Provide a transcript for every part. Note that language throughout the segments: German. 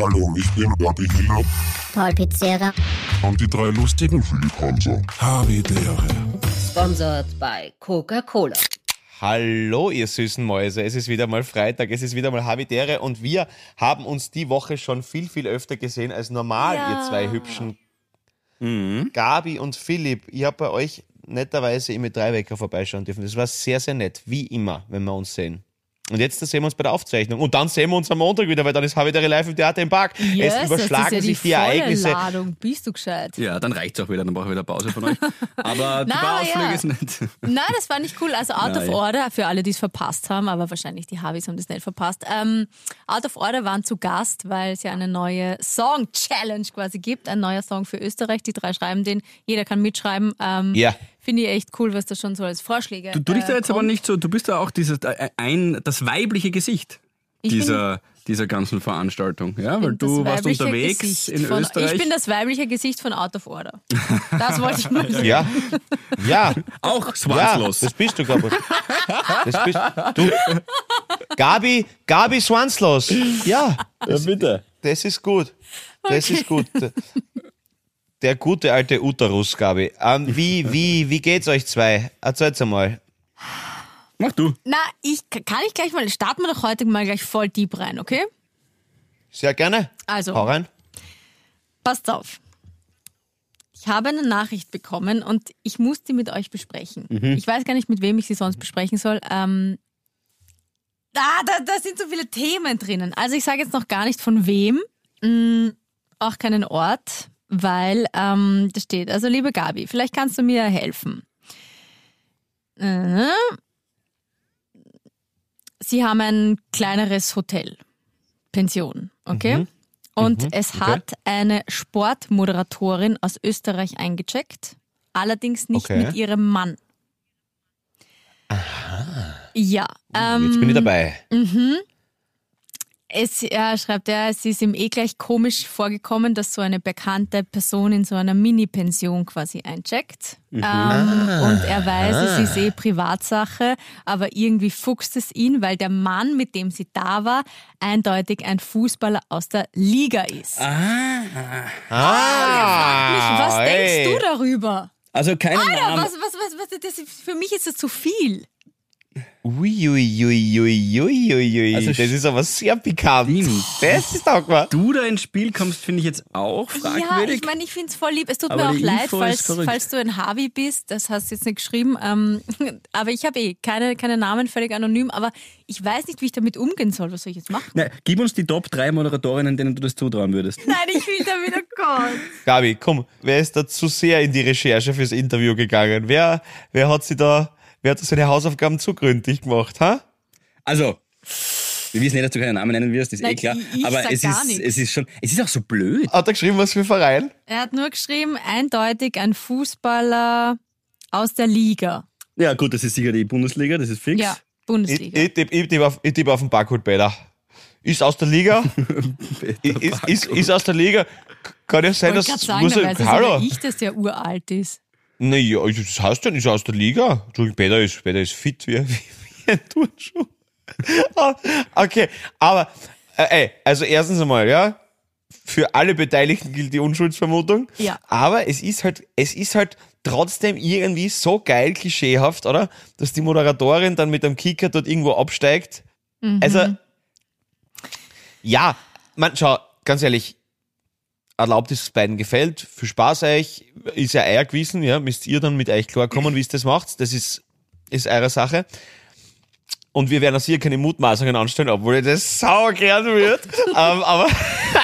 Hallo, ich bin Robby Hiller Paul Pizzera. und die drei lustigen Filipanzer. Habedere. Sponsored by Coca-Cola. Hallo, ihr süßen Mäuse. Es ist wieder mal Freitag, es ist wieder mal Habitäre und wir haben uns die Woche schon viel, viel öfter gesehen als normal, ihr zwei hübschen. Gabi und Philipp, ich habe bei euch netterweise immer drei Wecker vorbeischauen dürfen. Das war sehr, sehr nett, wie immer, wenn wir uns sehen. Und jetzt sehen wir uns bei der Aufzeichnung. Und dann sehen wir uns am Montag wieder, weil dann ist Habitäre live im Theater im Park. es überschlagen das ist ja sich die, volle Ereignisse. Ladung. Bist du gescheit? Ja, dann reicht's auch wieder, dann brauche ich wieder Pause von euch. Aber die Na, aber Bauausflüge ja. ist nett. Nein, das war nicht cool. Also Out Nein. of Order, für alle, die es verpasst haben, aber wahrscheinlich die Havis haben das nicht verpasst. Ähm, Out of Order waren zu Gast, weil es ja eine neue Song-Challenge quasi gibt. Ein neuer Song für Österreich. Die drei schreiben den. Jeder kann mitschreiben. Ähm, Ja. Finde ich echt cool, was da schon so als Vorschläge Du, du dich da äh, jetzt aber kommt. nicht so, du bist da auch dieses, äh, ein, das weibliche Gesicht bin- dieser, dieser ganzen Veranstaltung. Ja, weil bin das du warst weibliche unterwegs Gesicht in von, Österreich. Ich bin das weibliche Gesicht von Out of Order. Das wollte ich mal sagen. Ja, ja, auch schwarzlos. Ja, das bist du, Gabus. Das bist du. Gabi, Gabi Schwanzlos. Ja, Ja, bitte. das ist gut. Das ist gut. Der gute alte Uterus, Gabi. Ähm, wie, wie, wie geht's euch zwei? Erzählt's einmal. Mach du. Na, ich kann ich gleich mal starten wir doch heute mal gleich voll deep rein, okay? Sehr gerne. Also. Hau rein. Passt auf. Ich habe eine Nachricht bekommen und ich muss die mit euch besprechen. Mhm. Ich weiß gar nicht, mit wem ich sie sonst besprechen soll. Ähm, ah, da, da sind so viele Themen drinnen. Also ich sage jetzt noch gar nicht von wem, mm, auch keinen Ort, weil ähm, da steht, also liebe Gabi, vielleicht kannst du mir helfen. Äh, sie haben ein kleineres Hotel, Pension, okay? Und es hat eine Sportmoderatorin aus Österreich eingecheckt, allerdings nicht Okay. mit ihrem Mann. Aha. Ja. Ähm, Jetzt bin ich dabei. es ja, schreibt er, es ist ihm eh gleich komisch vorgekommen, dass so eine bekannte Person in so einer Mini-Pension quasi eincheckt. Mhm. Ähm, Ah. und er weiß, es ist eh Privatsache, aber irgendwie fuchst es ihn, weil der Mann, mit dem sie da war, eindeutig ein Fußballer aus der Liga ist. Ah, Ah, Was ey. Ähm. denkst du darüber? Also keinen Alter, Namen. was, was, was, was, das, für mich ist das zu viel. Ui, ui, ui, ui, ui, ui, ui. Also das ist aber sehr pikant. stimmt. Das ist auch mal. Du da ins Spiel kommst, finde ich jetzt auch Ja, fragwürdig. ich meine, ich finde es voll lieb. Es tut Aber mir auch die leid, Info falls, ist verrückt. falls du ein Harvey bist. Das hast du jetzt nicht geschrieben. Ähm, aber ich habe eh keine, keine Namen, völlig anonym. Aber ich weiß nicht, wie ich damit umgehen soll. Was soll ich jetzt machen? Na, gib uns die Top 3 Moderatorinnen, denen du das zutrauen würdest. Nein, ich will da wieder oh Gott. Gabi, komm, wer ist da zu sehr in die Recherche fürs Interview gegangen? Wer, wer hat sie da, wer hat da seine Hausaufgaben zu gründlich gemacht, ha? Also, wir wissen nicht, dass du keinen Namen nennen wirst, ist eh Nein, klar. ich- ich aber sag es gar ist, nichts. es ist schon, es ist auch so blöd. Hat er geschrieben, was für Verein? Er hat nur geschrieben, eindeutig ein Fußballer aus der Liga. Ja, gut, das ist sicher die Bundesliga, das ist fix. Ja, Ich, Bundesliga. ich, tipp- ich, tipp auf, ich tipp auf den Barcode Bäder. Ist aus der Liga? Peter ist, ist, Barkholt. ist aus der Liga? K- Kann ja sein, Wollte dass. gerade sagen, da weiß es hallo? sogar ich, dass der uralt ist. Naja, also das heißt denn, ist er aus der Liga. Entschuldigung, Peter ist, Peter ist fit wie, wie, wie ein Turnschuh. Ah, okay, aber äh, ey, also erstens einmal, ja, für alle Beteiligten gilt die Unschuldsvermutung. Ja. Aber es ist halt, es ist halt trotzdem irgendwie so geil klischeehaft, oder? Dass die Moderatorin dann mit einem Kicker dort irgendwo absteigt. Also, ja, man, schau, ganz ehrlich, erlaubt ist, es beiden gefällt. Für Spaß euch, ist ja euer gewesen, ja, müsst ihr dann mit euch klarkommen, wie es das macht. Das ist, ist eure Sache. Und wir werden auch sicher keine Mutmaßungen anstellen, obwohl ich das sau gern wird. ähm, aber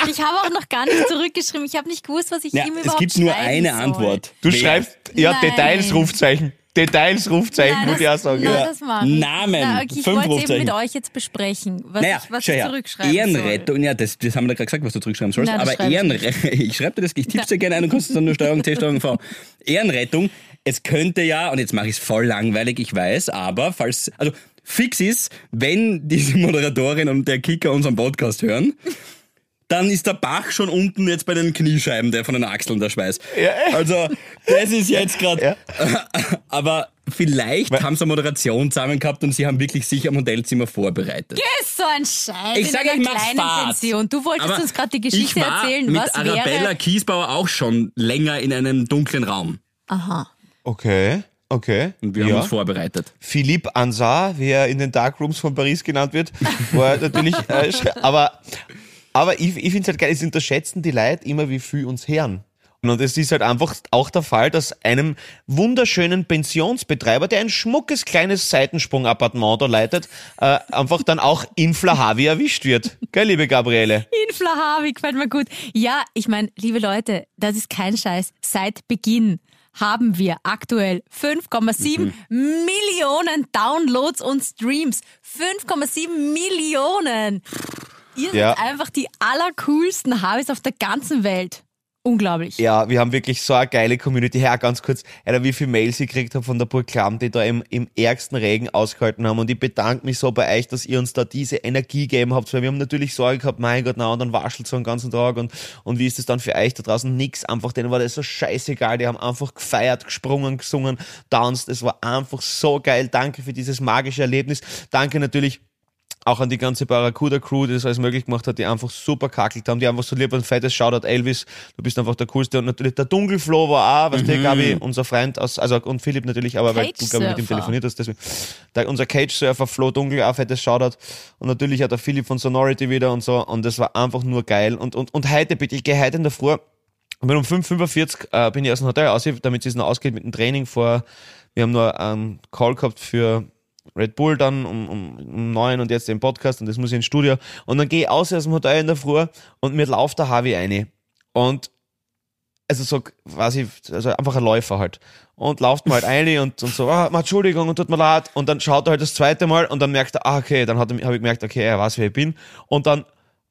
Ich habe auch noch gar nicht zurückgeschrieben. Ich habe nicht gewusst, was ich Ja, ihm überhaupt es gibt nur schreiben eine soll. Antwort. du Wer? schreibst, ja, Nein. Details, Rufzeichen. Details, Rufzeichen, Nein, würde ich auch das- sagen. nein, ja. das mache ich. Namen. Na, okay, ich Fünf wollte es eben Rufzeichen. mit euch jetzt besprechen, was Naja, ich, was schau ich her. zurückschreiben soll. Ehrenrettung, ja, das, das haben wir da gerade gesagt, was du zurückschreiben sollst, Nein, das aber schreibe ich nicht. Ehrenrettung, ich schreibe dir das, ich tipp's dir gerne ein und kannst es dann nur Steuerung C, Steuerung V. Ehrenrettung, es könnte ja, und jetzt mache ich es voll langweilig, ich weiß, aber falls, also fix ist, wenn diese Moderatorin und der Kicker unseren Podcast hören, dann ist der Bach schon unten jetzt bei den Kniescheiben, der von den Achseln der Schweiß. Also, das ist jetzt gerade. Ja. Aber vielleicht haben sie eine Moderation zusammen gehabt und sie haben wirklich sich am Modellzimmer vorbereitet. Ist so ein Scheiß. Ich in sag, einer ich mach's kleinen fad. Pension. Du wolltest Aber uns gerade die Geschichte ich war erzählen, mit was Arabella wäre. Kiesbauer auch schon länger in einem dunklen Raum. Aha. Okay, okay. Und wir haben uns vorbereitet. Philippe Ansar, wie er in den Darkrooms von Paris genannt wird, war natürlich, äh, sch- aber, aber ich, ich finde es halt geil, es unterschätzen die Leute immer, wie viel uns hören. Und es ist halt einfach auch der Fall, dass einem wunderschönen Pensionsbetreiber, der ein schmuckes kleines Seitensprung-Appartement da leitet, äh, einfach dann auch in Flahavi erwischt wird. Gell, liebe Gabriele? In Flahavi, gefällt mir gut. Ja, ich meine, liebe Leute, das ist kein Scheiß. Seit Beginn haben wir aktuell 5,7 Mhm. Millionen Downloads und Streams. 5,7 Millionen. Ihr Ja. seid einfach die allercoolsten Harveys auf der ganzen Welt. Unglaublich. Ja, wir haben wirklich so eine geile Community. Ja, ganz kurz, Alter, wie viele Mails ich gekriegt habe von der Burg Klamm, die da im, im ärgsten Regen ausgehalten haben. Und ich bedanke mich so bei euch, dass ihr uns da diese Energie gegeben habt. Weil wir haben natürlich Sorge gehabt, mein Gott, na, und dann waschelt so einen ganzen Tag. Und, und wie ist es dann für euch da draußen? Nix, einfach, denen war das so scheißegal. Die haben einfach gefeiert, gesprungen, gesungen, tanzt. Es war einfach so geil. Danke für dieses magische Erlebnis. Danke natürlich auch an die ganze Barracuda-Crew, die das alles möglich gemacht hat, die einfach super kackelt haben, die einfach so lieb und fettes Shoutout, Elvis, du bist einfach der Coolste und natürlich der Dunkelflo war auch, weißt du, Gabi, unser Freund aus, also und Philipp natürlich, aber weil du, Gabi, mit ihm Cagesurfer. telefoniert hast, deswegen, der, unser Cage-Surfer Flo Dunkel, auch fettes Shoutout und natürlich hat der Philipp von Sonority wieder und so und das war einfach nur geil und, und, und heute bitte, ich gehe heute in der Früh, und bin um 5.45 Uhr äh, bin ich aus dem Hotel raus, damit es noch ausgeht mit dem Training vor. Wir haben nur einen Call gehabt für Red Bull dann um, um, um 9 und jetzt den Podcast und das muss ich ins Studio. Und dann gehe ich aus aus dem Hotel in der Früh und mir läuft der Harvey eine. Und also so quasi, also einfach ein Läufer halt. Und läuft mal halt eine und, und so, ah, ma, Entschuldigung und tut mir leid. Und dann schaut er halt das zweite Mal und dann merkt er, ah, okay, dann habe ich gemerkt, okay, er weiß, wer ich bin. Und dann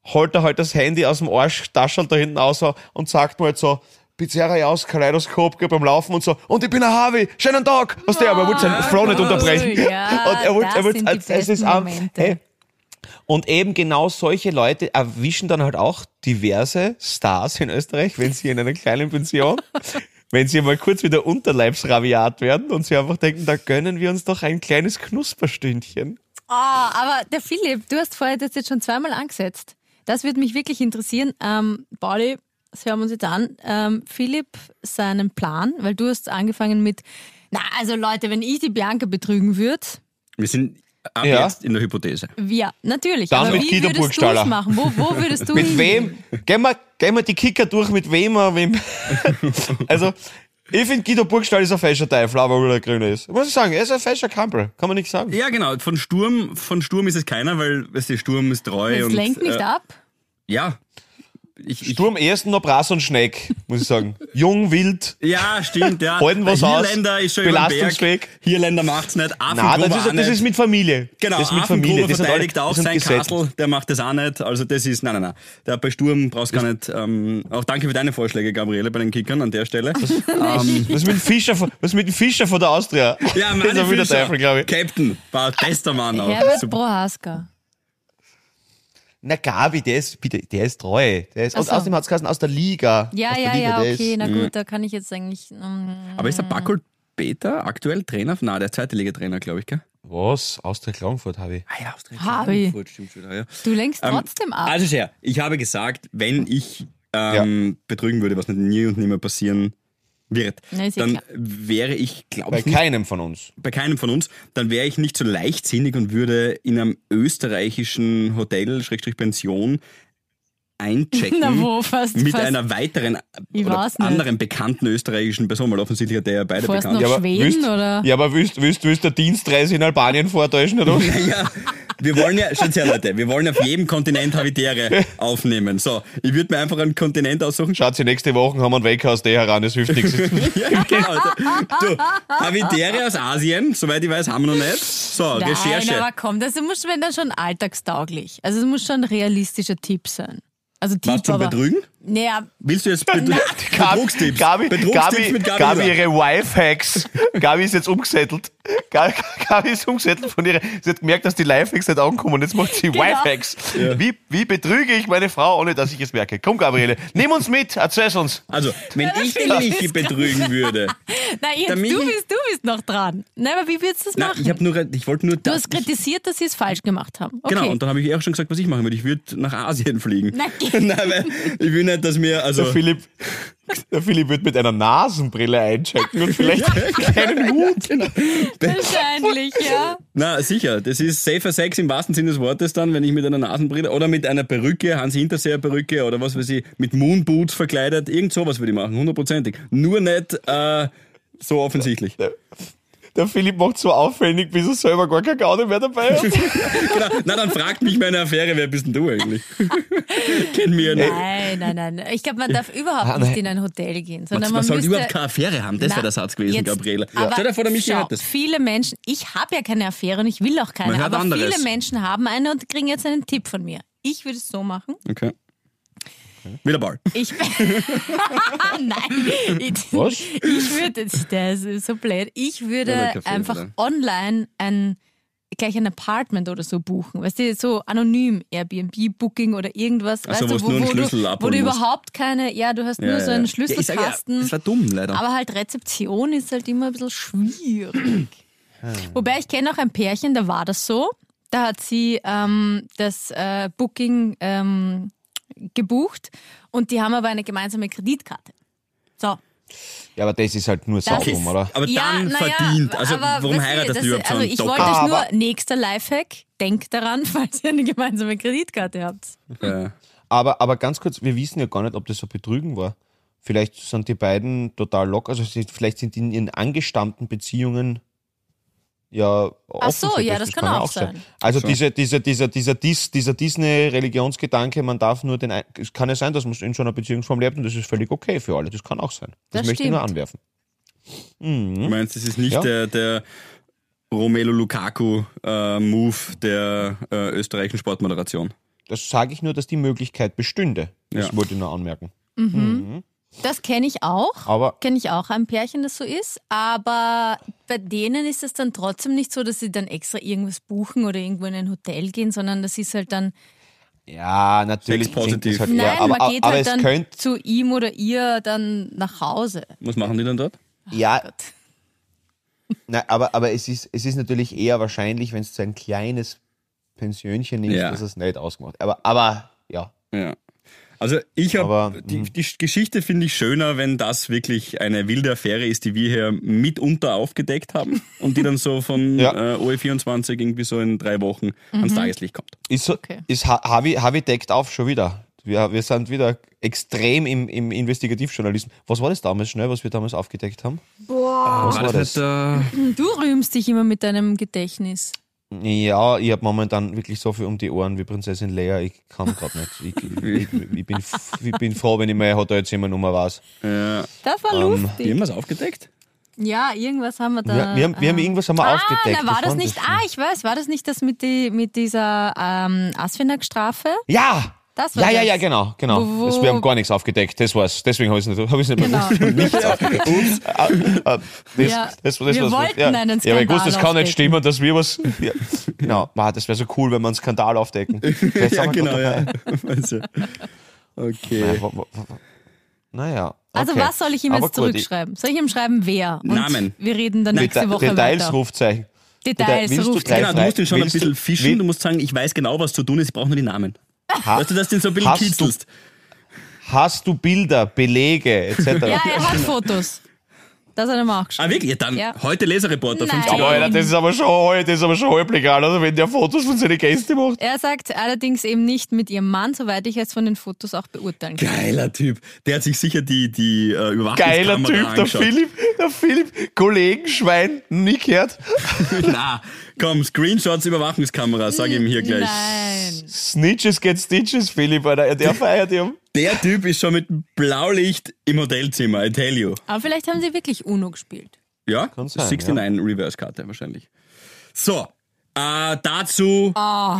holt er halt das Handy aus dem Arsch, Taschel da hinten raus und sagt mir halt so, Pizzeria aus, Kaleidoskop gell, beim Laufen und so, und ich bin ein Harvey, schönen Tag! Weißt du, aber er wollte seinen Flow nicht unterbrechen. Ah, Ja, und er wollte, das er wollte, sind die es es ist, besten am- Momente. hey, und eben genau solche Leute erwischen dann halt auch diverse Stars in Österreich, wenn sie in einer kleinen Pension, wenn sie mal kurz wieder Unterleibsraviat werden und sie einfach denken, da gönnen wir uns doch ein kleines Knusperstündchen. Ah, aber der Philipp, du hast vorher das jetzt schon zweimal angesetzt. Das würde mich wirklich interessieren. Ähm, Pauli, das hören wir uns jetzt an. Ähm, Philipp, seinen Plan, weil du hast angefangen mit, na, also Leute, wenn ich die Bianca betrügen würde, Wir sind ab Ja. jetzt in der Hypothese. wir, natürlich. Dann aber mit wie Guido würdest du Burgstaller. es machen? Wo, wo würdest du Mit hin? wem? Gehen wir, gehen wir die Kicker durch, mit wem er, wem. also, ich finde Guido Burgstall ist ein falscher Teufel, aber weil er grün ist. Muss ich sagen, er ist ein falscher Kampel, kann man nichts sagen. Ja, genau. Von Sturm, von Sturm ist es keiner, weil weißt du, Sturm ist treu. Es und, lenkt nicht äh, ab. Ja. Ich, ich, Sturm ersten noch Brass und Schneck, muss ich sagen. Jung, wild. ja, stimmt. Ja. Halten was Der aus. Hierländer ist schon über den Belastungsfähig. Berg. Hierländer macht's nicht. Na, Affengruber das auch ist, das nicht. ist mit Familie. Genau, das ist mit Affengruber Familie. Das sind alle- verteidigt auch das sind sein Gesetze. Kastel, der macht das auch nicht. Also das ist, nein, nein, nein. Der bei Sturm brauchst gar nicht. Ähm, auch danke für deine Vorschläge, Gabriele, bei den Kickern an der Stelle. ähm, Was mit dem Fischer, von- was mit dem Fischer von der Austria? ja, das ist meine auch wieder Fischer, Teufel, glaube ich. Captain, war bester Mann. Auch. Herbert oh, Super. Prohaska. Na, Gabi, der ist, bitte, der ist treu. Der ist, Ach und so. außerdem hat es aus der Liga. Ja, aus der ja, Liga, ja, der okay, Ist, na Mhm. gut, da kann ich jetzt eigentlich. mm, Aber ist der Backholt Peter aktuell Trainer? Na, der zweite Liga-Trainer, glaube ich, gell? was? Austria Klagenfurt habe ich. Ah ja, Austria. Harvey. Frankfurt, Stimmt schon, ja. Du lenkst Ähm, trotzdem ab. Also sehr, ich habe gesagt, wenn ich ähm, betrügen würde, was nicht nie und nimmer passieren wird, Na, ist eh dann klar. wäre ich, glaube Bei ich, nicht, keinem von uns. bei keinem von uns, dann wäre ich nicht so leichtsinnig und würde in einem österreichischen Hotel, Schrägstrich Pension, einchecken. na wo, fast. mhm. mit fast. einer weiteren Ich oder weiß nicht. anderen bekannten österreichischen Person, weil offensichtlich hat der ja beide Fährst bekannt. noch- Schweden, willst, oder? Ja, aber willst, willst, willst du eine Dienstreise in Albanien vortäuschen, oder? was? Ja, wir wollen ja, schaut her, Leute, wir wollen auf jedem Kontinent Habitäre aufnehmen. So, ich würde mir einfach einen Kontinent aussuchen. Schaut sie nächste Woche haben wir einen Weghaus, der heran, das hilft nichts. Ja, genau. Du, Habitäre aus Asien, soweit ich weiß, haben wir noch nicht. So, Nein, Recherche. aber komm, das muss wenn dann schon alltagstauglich. Also es muss schon realistischer Tipp sein. Also Tipp Was zum aber. Betrügen? Naja, Willst du jetzt Betru Betrugstipps? Gabi, Betrugstipps Gabi, mit Gabi, Gabi Huber? ihre Lifehacks. Gabi ist jetzt umgesettelt. Gabi, Gabi ist umgesettelt von ihrer. Sie hat gemerkt, dass die Lifehacks nicht ankommen. Jetzt macht sie Genau. Lifehacks. Wie, wie betrüge ich meine Frau, ohne dass ich es merke? Komm, Gabriele, nimm uns mit, erzähl's uns. Also, wenn ich den Michi betrügen würde. nein, jetzt, Der Michi- du, bist, du bist noch dran. Nein, aber wie würdest du das Na, machen? ich, hab nur, ich wollte nur du das. hast kritisiert, dass sie es falsch gemacht haben. Okay. Genau, und dann habe ich eh auch schon gesagt, was ich machen würde. Ich würde nach Asien fliegen. Nein. Nein, weil ich will nicht, dass mir. Also, Der Philipp, der Philipp wird mit einer Nasenbrille einchecken und vielleicht keinen Hut. Genau. Wahrscheinlich, ja. Na, sicher. Das ist safer Sex im wahrsten Sinne des Wortes dann, wenn ich mit einer Nasenbrille oder mit einer Perücke, Hans-Hinterseher-Perücke oder was weiß ich, mit Moonboots verkleidet, irgend sowas würde ich machen, hundertprozentig. Nur nicht äh, so offensichtlich. Der Philipp macht so aufwendig, bis er selber gar keine Gaude mehr dabei hat. genau. Na, dann fragt mich meine Affäre, wer bist denn du eigentlich? Kenn mir nicht. Nein, nein, nein. Ich glaube, man darf überhaupt Ah, nicht nein. in ein Hotel gehen, Man, sondern man man, sollte müsste, überhaupt keine Affäre haben, das wäre der Satz gewesen, jetzt- Gabriela. aber Stell dir vor, der Michi schau, hat das. Viele Menschen, ich habe ja keine Affäre und ich will auch Man keine, hört aber anderes. viele Menschen haben eine und kriegen jetzt einen Tipp von mir. Ich würde es so machen. Okay. Wieder Ball. Ich Nein. Ich, Was? Ich würde, das ist so blöd. Ich würde Ja, der Kaffee, einfach oder? online ein gleich ein Apartment oder so buchen. Weißt du, so anonym Airbnb-Booking oder irgendwas. Ach so, weißt wo du, du nur einen Schlüssel du, wo abholen du musst. überhaupt keine, ja, du hast Ja, nur ja, so ja. einen Ja, ich sag Schlüsselkasten. Ja, das war dumm, leider. Aber halt Rezeption ist halt immer ein bisschen schwierig. Wobei ich kenne auch ein Pärchen, da war das so. Da hat sie ähm, das äh, Booking ähm, gebucht und die haben aber eine gemeinsame Kreditkarte. So. Ja, aber das ist halt nur Das Saum, ist- oder? aber Ja, dann naja, verdient. Also, aber was warum ich- heiratest das- du überhaupt so Also, einen ich Doppel? wollte euch nur, Aber- nächster Lifehack, denkt daran, falls ihr eine gemeinsame Kreditkarte habt. Ja. Aber, aber ganz kurz, wir wissen ja gar nicht, ob das so betrügen war. Vielleicht sind die beiden total locker, also sie, vielleicht sind die in ihren angestammten Beziehungen ja offen so, für ja, das, das kann auch sein. Also So. dieser, dieser, dieser, dieser, Dis, dieser Disney-Religionsgedanke, man darf nur den, ein- es kann ja sein, dass man in so einer Beziehungsform lebt und das ist völlig okay für alle, das kann auch sein. Das, Das möchte ich nur stimmt. anwerfen. Du meinst, es ist nicht Ja. der, der Romelu Lukaku-Move der äh, österreichischen Sportmoderation. Das sage ich nur, dass die Möglichkeit bestünde. Das Ja. wollte ich nur anmerken. Das kenne ich auch. Aber- Kenne ich auch ein Pärchen, das so ist. Aber bei denen ist es dann trotzdem nicht so, dass sie dann extra irgendwas buchen oder irgendwo in ein Hotel gehen, sondern das ist halt dann, Ja, natürlich. klingt positiv. das Halt, nein, ja, aber, man geht aber halt es dann könnte, zu ihm oder ihr dann nach Hause. Oh Was machen die denn dort? ja, Nein, aber, aber es, ist, es ist natürlich eher wahrscheinlich, wenn es so ein kleines Pensionchen nimmst, Ja. dass es nicht ausgemacht Aber, aber ja. Ja. Also ich Aber, hm. habe die, die Geschichte finde ich schöner, wenn das wirklich eine wilde Affäre ist, die wir hier mitunter aufgedeckt haben und die dann so von Ja. äh, OE24 irgendwie so in drei Wochen Mhm. ans Tageslicht kommt. Ist, so, Okay. ist Ha- Harvey, Harvey deckt auf schon wieder. Wir, wir sind wieder extrem im, im Investigativjournalismus. Was war das damals schnell, was wir damals aufgedeckt haben? Äh, Was war das? Du rühmst dich immer mit deinem Gedächtnis. Ja, ich habe momentan wirklich so viel um die Ohren wie Prinzessin Leia. Ich kann gerade nicht. Ich, ich, ich, bin, f- ich bin froh, wenn ich meine Hotelzimmernummer weiß. ja. Das war Die luftig. haben das aufgedeckt? Ja, irgendwas haben wir da. Ähm, Wir, wir, haben, wir haben irgendwas haben wir ah, aufgedeckt. na, war Was das denn nicht? denn? Ah, ich weiß, war das nicht das mit, die, mit dieser ähm, Asfinag-Strafe? Ja! Das war Ja, ja, das. ja, genau, genau. Wo- wo- Das, wir haben gar nichts aufgedeckt, das war's. Deswegen habe ich es nicht, hab ich's nicht Genau. bewusst. Nichts aufgedeckt. Ups. Ah, ah, Das, Ja, das, das, wir was- wollten ja. einen Ja, aber ich wusste, das kann Skandal nicht aufdecken. stimmen, dass wir was... Ja. Genau. Man, das wäre so cool, wenn wir einen Skandal aufdecken. Vielleicht Ja, sind wir genau, gerade ja. Also, okay. dabei. Wo- wo- wo- wo- Naja. Also okay. was soll ich ihm Aber jetzt gut, ich- zurückschreiben? Soll ich ihm schreiben, wer? Und Namen. Wir reden dann nächste Deta- Woche Details, weiter. Rufzeichen. Willst Details, du Rufzeichen. drei Genau, du musst ihn schon ein willst du- bisschen fischen, du will- musst sagen, ich weiß genau, was zu tun ist, ich brauche nur die Namen. ha- Dass du das den so ein bisschen hast du- kitzelst. Hast du Bilder, Belege, etc.? Ja, er hat Fotos. Das hat er mir auch geschrieben. Ah, wirklich? Ja, Dann Ja. heute Lesereporter, Nein. 50 Aber Euro. Alter, das ist aber schon, das ist aber schon halb legal, oder? Wenn der Fotos von seinen Gästen macht. Er sagt allerdings eben nicht mit ihrem Mann, soweit ich es von den Fotos auch beurteilen kann. Geiler Typ. Der hat sich sicher die, die äh, Überwachungskamera geiler Typ, der angeschaut. Philipp, der Philipp, Kollegenschwein, nie gehört. Na, komm, Screenshots, Überwachungskamera, sag ihm hier gleich. Nein. Snitches get stitches, Philipp, Alter, er- der feiert ihn. Der Typ ist schon mit Blaulicht im Hotelzimmer, I tell you. Aber vielleicht haben sie wirklich UNO gespielt. Ja, sein, 69 Reverse-Karte wahrscheinlich. So, Äh, dazu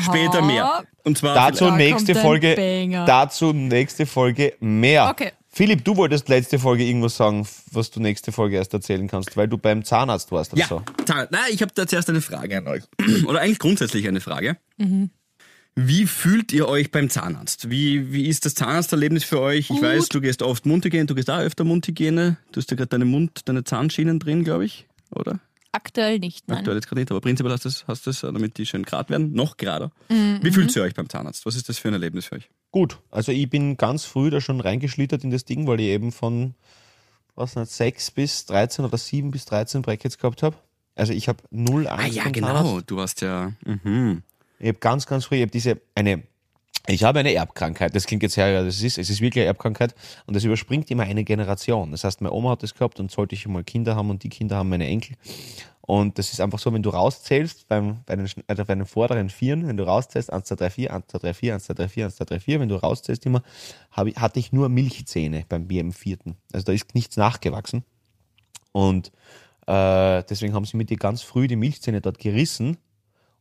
später mehr. Und zwar Dazu Da nächste kommt ein Folge. Banger. Dazu nächste Folge mehr. Okay. Philipp, du wolltest letzte Folge irgendwas sagen, was du nächste Folge erst erzählen kannst, weil du beim Zahnarzt warst und Ja, so. Tara, na, ich habe da zuerst eine Frage an euch. Oder eigentlich grundsätzlich eine Frage. Wie fühlt ihr euch beim Zahnarzt? Wie, wie ist das Zahnarzterlebnis für euch? Ich weiß, du gehst oft Mundhygiene, du gehst auch öfter Mundhygiene. Du hast ja gerade deinen Mund, deine Zahnschienen drin, glaube ich, oder? Aktuell nicht, nein. Aktuell jetzt gerade nicht, aber prinzipiell hast du das, hast das, damit die schön gerad werden, noch gerader. Mhm, Wie fühlt ihr euch beim Zahnarzt? Was ist das für ein Erlebnis für euch? Gut, also ich bin ganz früh da schon reingeschlittert in das Ding, weil ich eben von was nicht, 6 bis 13 oder 7 bis 13 Brackets gehabt habe. Also ich habe null Angst. Ah vom genau. Zahnarzt. Du warst ja. Mhm. Ich habe ganz, ganz früh, ich habe diese, eine, ich habe eine Erbkrankheit. Das klingt jetzt her, das ist, es ist wirklich eine Erbkrankheit und das überspringt immer eine Generation. Das heißt, meine Oma hat das gehabt und sollte ich mal Kinder haben und die Kinder haben meine Enkel. Und das ist einfach so, wenn du rauszählst, beim, bei, den, Schn- also bei den vorderen Vieren, wenn du rauszählst, 1, 2, 3, 4, 1, 2, 3, 4, 1, 2, 3, 4, 1, 2, 3, 4, wenn du rauszählst immer, hab, ich- hatte ich nur Milchzähne beim mir im vierten. Also da ist nichts nachgewachsen. Und äh, deswegen haben sie mit dir ganz früh die Milchzähne dort gerissen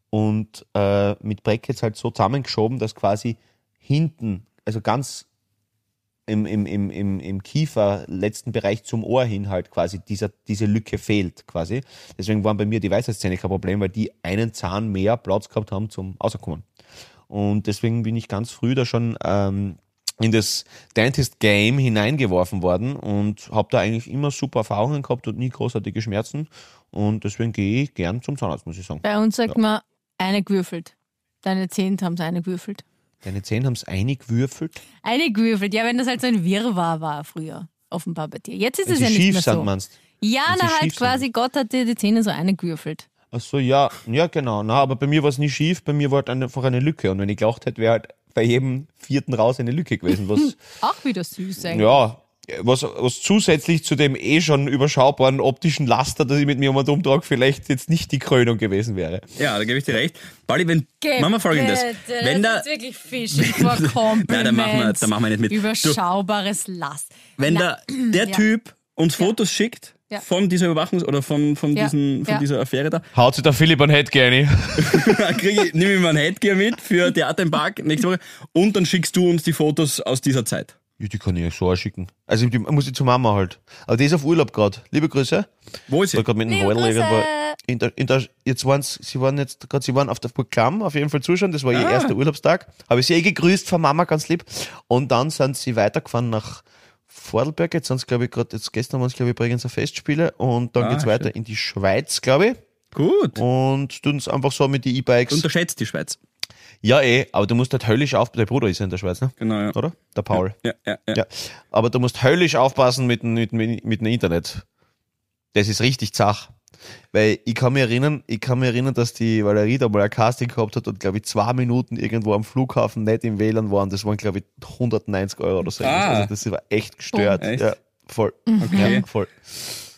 und äh, mit Brackets halt so zusammengeschoben, dass quasi hinten, also ganz im, im, im, im, im Kiefer, letzten Bereich zum Ohr hin halt quasi dieser, diese Lücke fehlt quasi. Deswegen waren bei mir die Weisheitszähne kein Problem, weil die einen Zahn mehr Platz gehabt haben zum Außerkommen. Und deswegen bin ich ganz früh da schon ähm, in das Dentist Game hineingeworfen worden und habe da eigentlich immer super Erfahrungen gehabt und nie großartige Schmerzen. Und deswegen gehe ich gern zum Zahnarzt, muss ich sagen. Bei uns sagt man, eine gewürfelt. Deine Zehnt haben es eine gewürfelt. Deine Zähne haben es eingewürfelt. Eine gewürfelt, ja, wenn das halt so ein Wirrwarr war früher, offenbar bei dir. Jetzt ist Wenn es sie ja nicht schief mehr sind, so. meinst ja, wenn sie na halt schief sind. quasi, Gott hat dir die Zähne so eine gewürfelt. Ach so, ja, ja, genau. Na, aber bei mir war es nie schief, bei mir war halt einfach eine Lücke. Und wenn ich gelaucht hätte, wäre halt bei jedem vierten raus eine Lücke gewesen. Was, Auch wieder süß eigentlich. ja, was, was zusätzlich zu dem eh schon überschaubaren optischen Laster, das ich mit mir um und umtrage, vielleicht jetzt nicht die Krönung gewesen wäre. Ja, da gebe ich dir recht. Pauli, wenn. machen wir folgendes. Wenn da, wirklich Fishing for Compliments. Nein, da machen wir- da machen wir nicht mit. Du- Überschaubares Last. wenn Na, da der ja. Typ uns Fotos schickt Ja. von dieser Überwachungs- oder von, von, Ja. diesen, von Ja. dieser Affäre da, Haut sich der Philipp an Head gerne. dann krieg ich, nehme ich meinen Headgear mit für Theater im Park nächste Woche und dann schickst du uns die Fotos aus dieser Zeit. Ja, die kann ich euch so auch schicken. Also, die muss ich zu Mama halt. Aber die ist auf Urlaub gerade. Liebe Grüße. Wo ist Da sie? gerade mit dem Liebe Heudel Grüße. irgendwo. In der, in der, jetzt waren sie waren jetzt gerade, sie waren auf der Burg Klamm, auf jeden Fall zuschauen, das war ihr erster Urlaubstag. Habe ich sie eh gegrüßt von Mama, ganz lieb. Und dann sind sie weitergefahren nach Vordelberg. Jetzt sind sie, glaube ich, gerade, jetzt gestern waren es, glaube ich, übrigens ein Festspiele. Und dann Ah, geht's weiter in die Schweiz, glaube ich. Gut. Und tun es einfach so mit den E-Bikes. Unterschätzt die Schweiz. Ja, eh, aber du musst halt höllisch auf, der Bruder ist ja in der Schweiz, ne? Genau, ja. Oder? Der Paul. Ja, ja, ja. Ja. Aber du musst höllisch aufpassen mit, dem- mit, dem- mit dem Internet. Das ist richtig zach. Weil ich kann mich erinnern, ich kann mich erinnern, dass die Valerie da mal ein Casting gehabt hat und glaube ich zwei Minuten irgendwo am Flughafen nicht im WLAN waren. Das waren glaube ich 190 Euro oder so. Ah. Oh, Also das war echt gestört. Echt? Ja, voll. Okay. Ja, voll.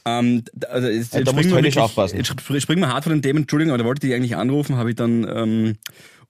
Ähm, d- also jetzt, Ja, jetzt da musst du springen wir höllisch wirklich- aufpassen. Jetzt spr- springen wir hart von den Themen. Entschuldigung, aber da wollte ich dich eigentlich anrufen, habe ich dann ähm,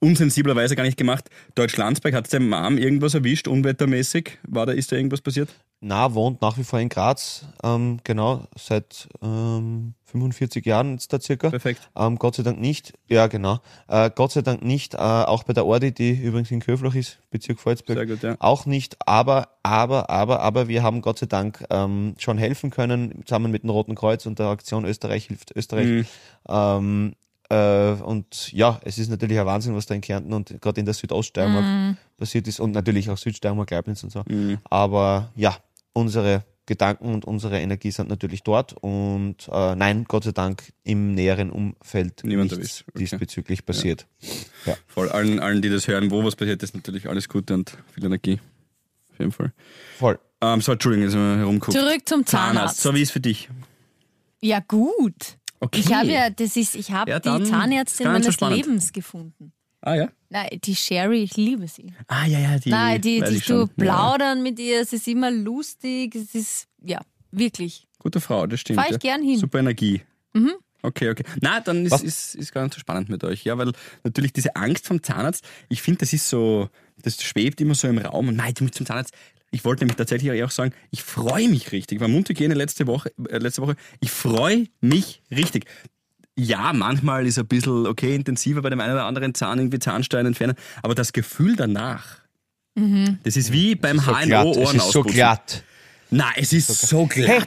unsensiblerweise gar nicht gemacht. Deutschlandsberg hat der Mom irgendwas erwischt, unwettermäßig. War da, ist da irgendwas passiert? Na, wohnt nach wie vor in Graz, ähm, genau, seit ähm, 45 Jahren jetzt da circa. Perfekt. Ähm, Gott sei Dank nicht, ja genau, äh, Gott sei Dank nicht, äh, auch bei der Ordi, die übrigens in Köflach ist, Bezirk Volzberg, Sehr gut, ja. auch nicht, aber, aber, aber, aber wir haben Gott sei Dank ähm, schon helfen können, zusammen mit dem Roten Kreuz und der Aktion Österreich hilft Österreich. Mhm. Ähm, äh, und ja, es ist natürlich ein Wahnsinn, was da in Kärnten und gerade in der Südoststeiermark passiert ist und natürlich auch Südsteiermark, Leibniz und so. mhm. Aber ja, unsere Gedanken und unsere Energie sind natürlich dort und äh, nein, Gott sei Dank im näheren Umfeld Niemand nichts erwischt. Okay. diesbezüglich passiert. Voll allen, allen, die das hören, wo was passiert ist, natürlich alles Gute und viel Energie. Auf jeden Fall. Voll. Ähm, so, Entschuldigung, jetzt mal herumgucken. Zurück zum Zahnarzt. So wie ist für dich? Ja, gut. Okay. Ich habe ja, das ist, ich habe Ja, dann die Zahnärztin gar nicht so meines spannend. Lebens gefunden. Ah ja. Nein, die Sherry, ich liebe sie. Ah ja, ja, die. Nein, die, weiß die ich du schon. Ja. plaudern mit ihr, es ist immer lustig, es ist, ja, wirklich. Gute Frau, das stimmt. Fahr ich ja. gern hin. Mhm. Super Energie. Okay, okay. Na, dann ist, Was? ist, ist gar nicht so spannend mit euch. Ja, weil natürlich diese Angst vom Zahnarzt, ich finde, das ist so, das schwebt immer so im Raum. Und nein, jetzt muss ich zum Zahnarzt. Ich wollte nämlich tatsächlich auch sagen, ich freue mich richtig. War Mundhygiene letzte Woche, äh, letzte Woche. Ich freue mich richtig. ja, manchmal ist ein bisschen, okay, intensiver bei dem einen oder anderen Zahn, irgendwie Zahnstein entfernen, aber das Gefühl danach, Mhm. das ist wie beim So glatt. Es HNO-Ohren ist so glatt. Nein, es ist so glatt. Hey,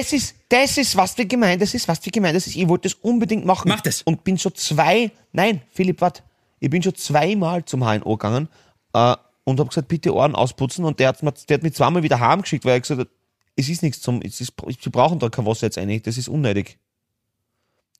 das ist, das ist, was wir gemeint, das ist, was wir gemeint, das ist, ich wollte das unbedingt machen. Mach das. Und bin schon zwei, nein, Philipp, warte, ich bin schon zweimal zum HNO gegangen äh, und habe gesagt, bitte Ohren ausputzen und der hat, mir- der hat mich zweimal wieder heimgeschickt, weil er gesagt hat, es ist nichts zum, es ist, sie brauchen da kein Wasser jetzt eigentlich, das ist unnötig.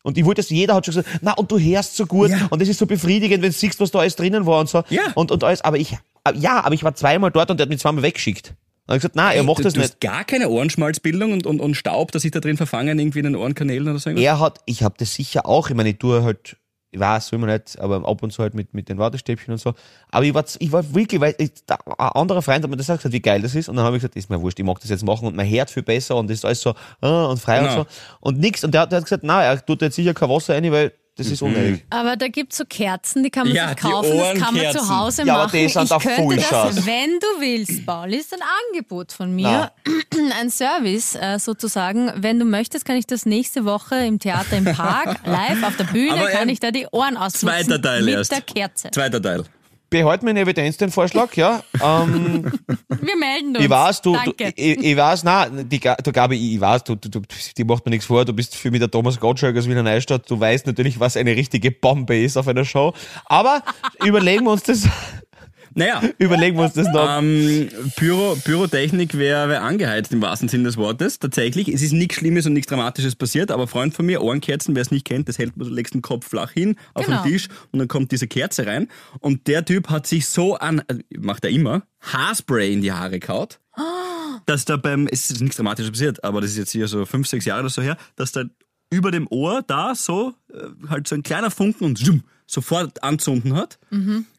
Und ich wollte das, jeder hat schon gesagt, na und du hörst so gut Ja. und es ist so befriedigend, wenn du siehst, was da alles drinnen war und so. Ja. Und, und alles, aber ich, äh, ja, aber ich war zweimal dort und der hat mich zweimal weggeschickt. Und er hat gesagt, na, er macht du, das du nicht. hast gar keine Ohrenschmalzbildung und, und, und Staub, dass sich da drin verfangen, irgendwie in den Ohrenkanälen oder so. irgendwas? Er hat, ich habe das sicher auch, ich meine, ich tue halt, ich weiß, will man nicht, aber ab und zu halt mit, mit den Wartestäbchen und so. Aber ich war, z- ich war wirklich, weil ich, da, ein anderer Freund hat mir das auch gesagt, wie geil das ist. Und dann habe ich gesagt, ist mir wurscht, ich mag das jetzt machen und mein Herd viel besser und das ist alles so, ah, und frei Genau. und so. Und nix. Und der, hat- der hat gesagt, nein, er tut jetzt sicher kein Wasser rein, weil das ist unnötig. Aber da gibt's so Kerzen, die kann man Ja, sich die kaufen, das kann man Ohrenkerzen. zu Hause Ja, aber machen. die sind ich auf könnte Vollschaß. das, wenn du willst, Pauli, ist ein Angebot von mir, ein Service äh, sozusagen. Wenn du möchtest, kann ich das nächste Woche im Theater im Park live auf der Bühne, Aber, ähm, kann ich da die Ohren ausputzen Zweiter Teil mit erst. der Kerze. Zweiter Teil. Behalt mir in Evidenz den Vorschlag, ja. Ähm, Wir melden uns. Ich weiß, du, du Danke. ich, ich weiß, nein, die, Ga- du Gabi, ich, ich weiß, du, du, du, die macht mir nichts vor, du bist für mich der Thomas Gottschalk aus Wiener Neustadt, du weißt natürlich, was eine richtige Bombe ist auf einer Show, aber überlegen wir uns das, Naja, überlegen wir uns das noch. ähm, Pyro, Pyrotechnik wäre wär angeheizt im wahrsten Sinn des Wortes. Tatsächlich, es ist nichts Schlimmes und nichts Dramatisches passiert, aber Freund von mir, Ohrenkerzen, wer es nicht kennt, das hält man, legst den Kopf flach hin auf Genau. den Tisch und dann kommt diese Kerze rein. Und der Typ hat sich so an, äh, macht er immer, Haarspray in die Haare kaut. dass da beim, es ist nichts Dramatisches passiert, aber das ist jetzt hier so fünf, sechs Jahre oder so her, dass da über dem Ohr da so äh, halt so ein kleiner Funken und zoom, sofort anzünden hat.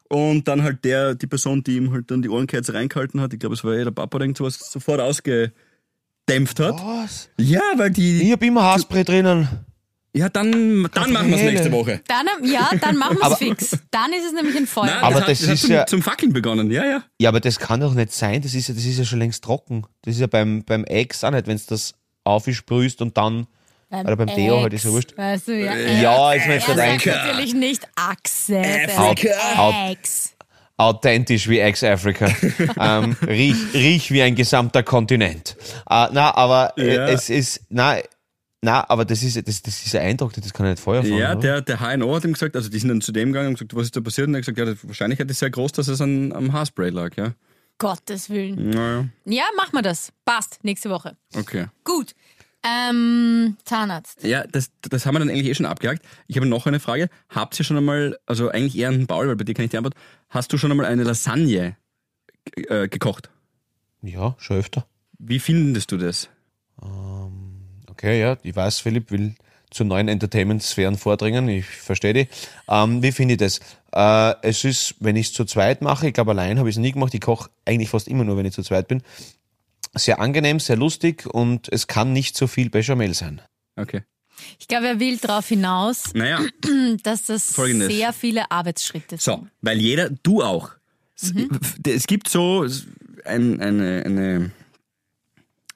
Und dann halt der, die Person, die ihm halt dann die Ohrenkerze reingehalten hat, ich glaube, es war eh der Papa oder irgend sowas, sofort ausgedämpft hat. Was? Ja, weil Ich die. hab immer Haarspray drinnen. Ja, dann, dann machen wir es Helle. nächste Woche. Dann, ähm, ja, dann machen wir Aber- es fix. Dann ist es nämlich ein Feuer. Nein, Aber das hat, das hat ist zum, ja- zum Fackeln begonnen, ja, ja. Ja, aber das kann doch nicht sein, das ist ja, das ist ja schon längst trocken. Das ist ja beim, beim Ex auch nicht, wenn das aufsprühst und dann, oder beim Deo halt, ist ja wurscht. Weißt du, ja. Ja, ist mir jetzt er gerade sagt eingefallen. natürlich nicht Achse. der sagt Afrika. Out, out. Ex. authentisch wie Ex-Africa. ähm, riech, riech wie ein gesamter Kontinent. Äh, na, aber äh, Ja. es ist, na, na, aber das ist, das, das ist ein Eindruck, das kann nicht Feuer fangen. Ja, oder? der, der HNO hat ihm gesagt, also die sind dann zu dem gegangen und gesagt, was ist da passiert? Und er hat gesagt, ja, die Wahrscheinlichkeit ist sehr groß, dass es an, am Haarspray lag, ja. Gottes Willen. Naja, Ja, machen wir das. Passt. Nächste Woche. okay. Gut. Ähm, Zahnarzt. Ja, das, das haben wir dann eigentlich eh schon abgehakt. Ich habe noch eine Frage. Habt ihr schon einmal, also eigentlich eher einen Paul, weil bei dir kann ich die Antwort, hast du schon einmal eine Lasagne äh, gekocht? ja, schon öfter. Wie findest du das? Okay, ja, ich weiß, Philipp will zu neuen Entertainment-Sphären vordringen, ich verstehe dich. Ähm, wie finde ich das? Äh, es ist, wenn ich es zu zweit mache, ich glaube, allein habe ich es nie gemacht, ich koche eigentlich fast immer nur, wenn ich zu zweit bin, sehr angenehm, sehr lustig und es kann nicht so viel Bechamel sein. Okay. Ich glaube, er will darauf hinaus, hm, Naja, dass das Hm. Folgendes. sehr viele Arbeitsschritte sind. so, weil jeder, du auch. Es- Mhm. Es gibt so ein, eine, eine,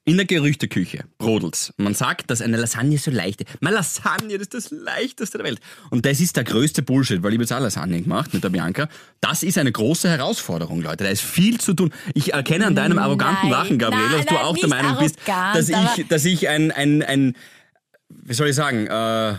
in der Gerüchteküche brodelt's. Man sagt, dass eine Lasagne so leicht ist. Meine Lasagne, das ist das leichteste der Welt. Und das ist der größte Bullshit, weil ich habe jetzt auch Lasagne gemacht mit der Bianca. Das ist eine große Herausforderung, Leute. Da ist viel zu tun. Ich erkenne an deinem arroganten Nein. Lachen, Gabriele, Nein, dass du nein, auch der nicht Meinung bist, arrogant, dass aber- ich, dass ich ein, ein, ein, wie soll ich sagen, äh,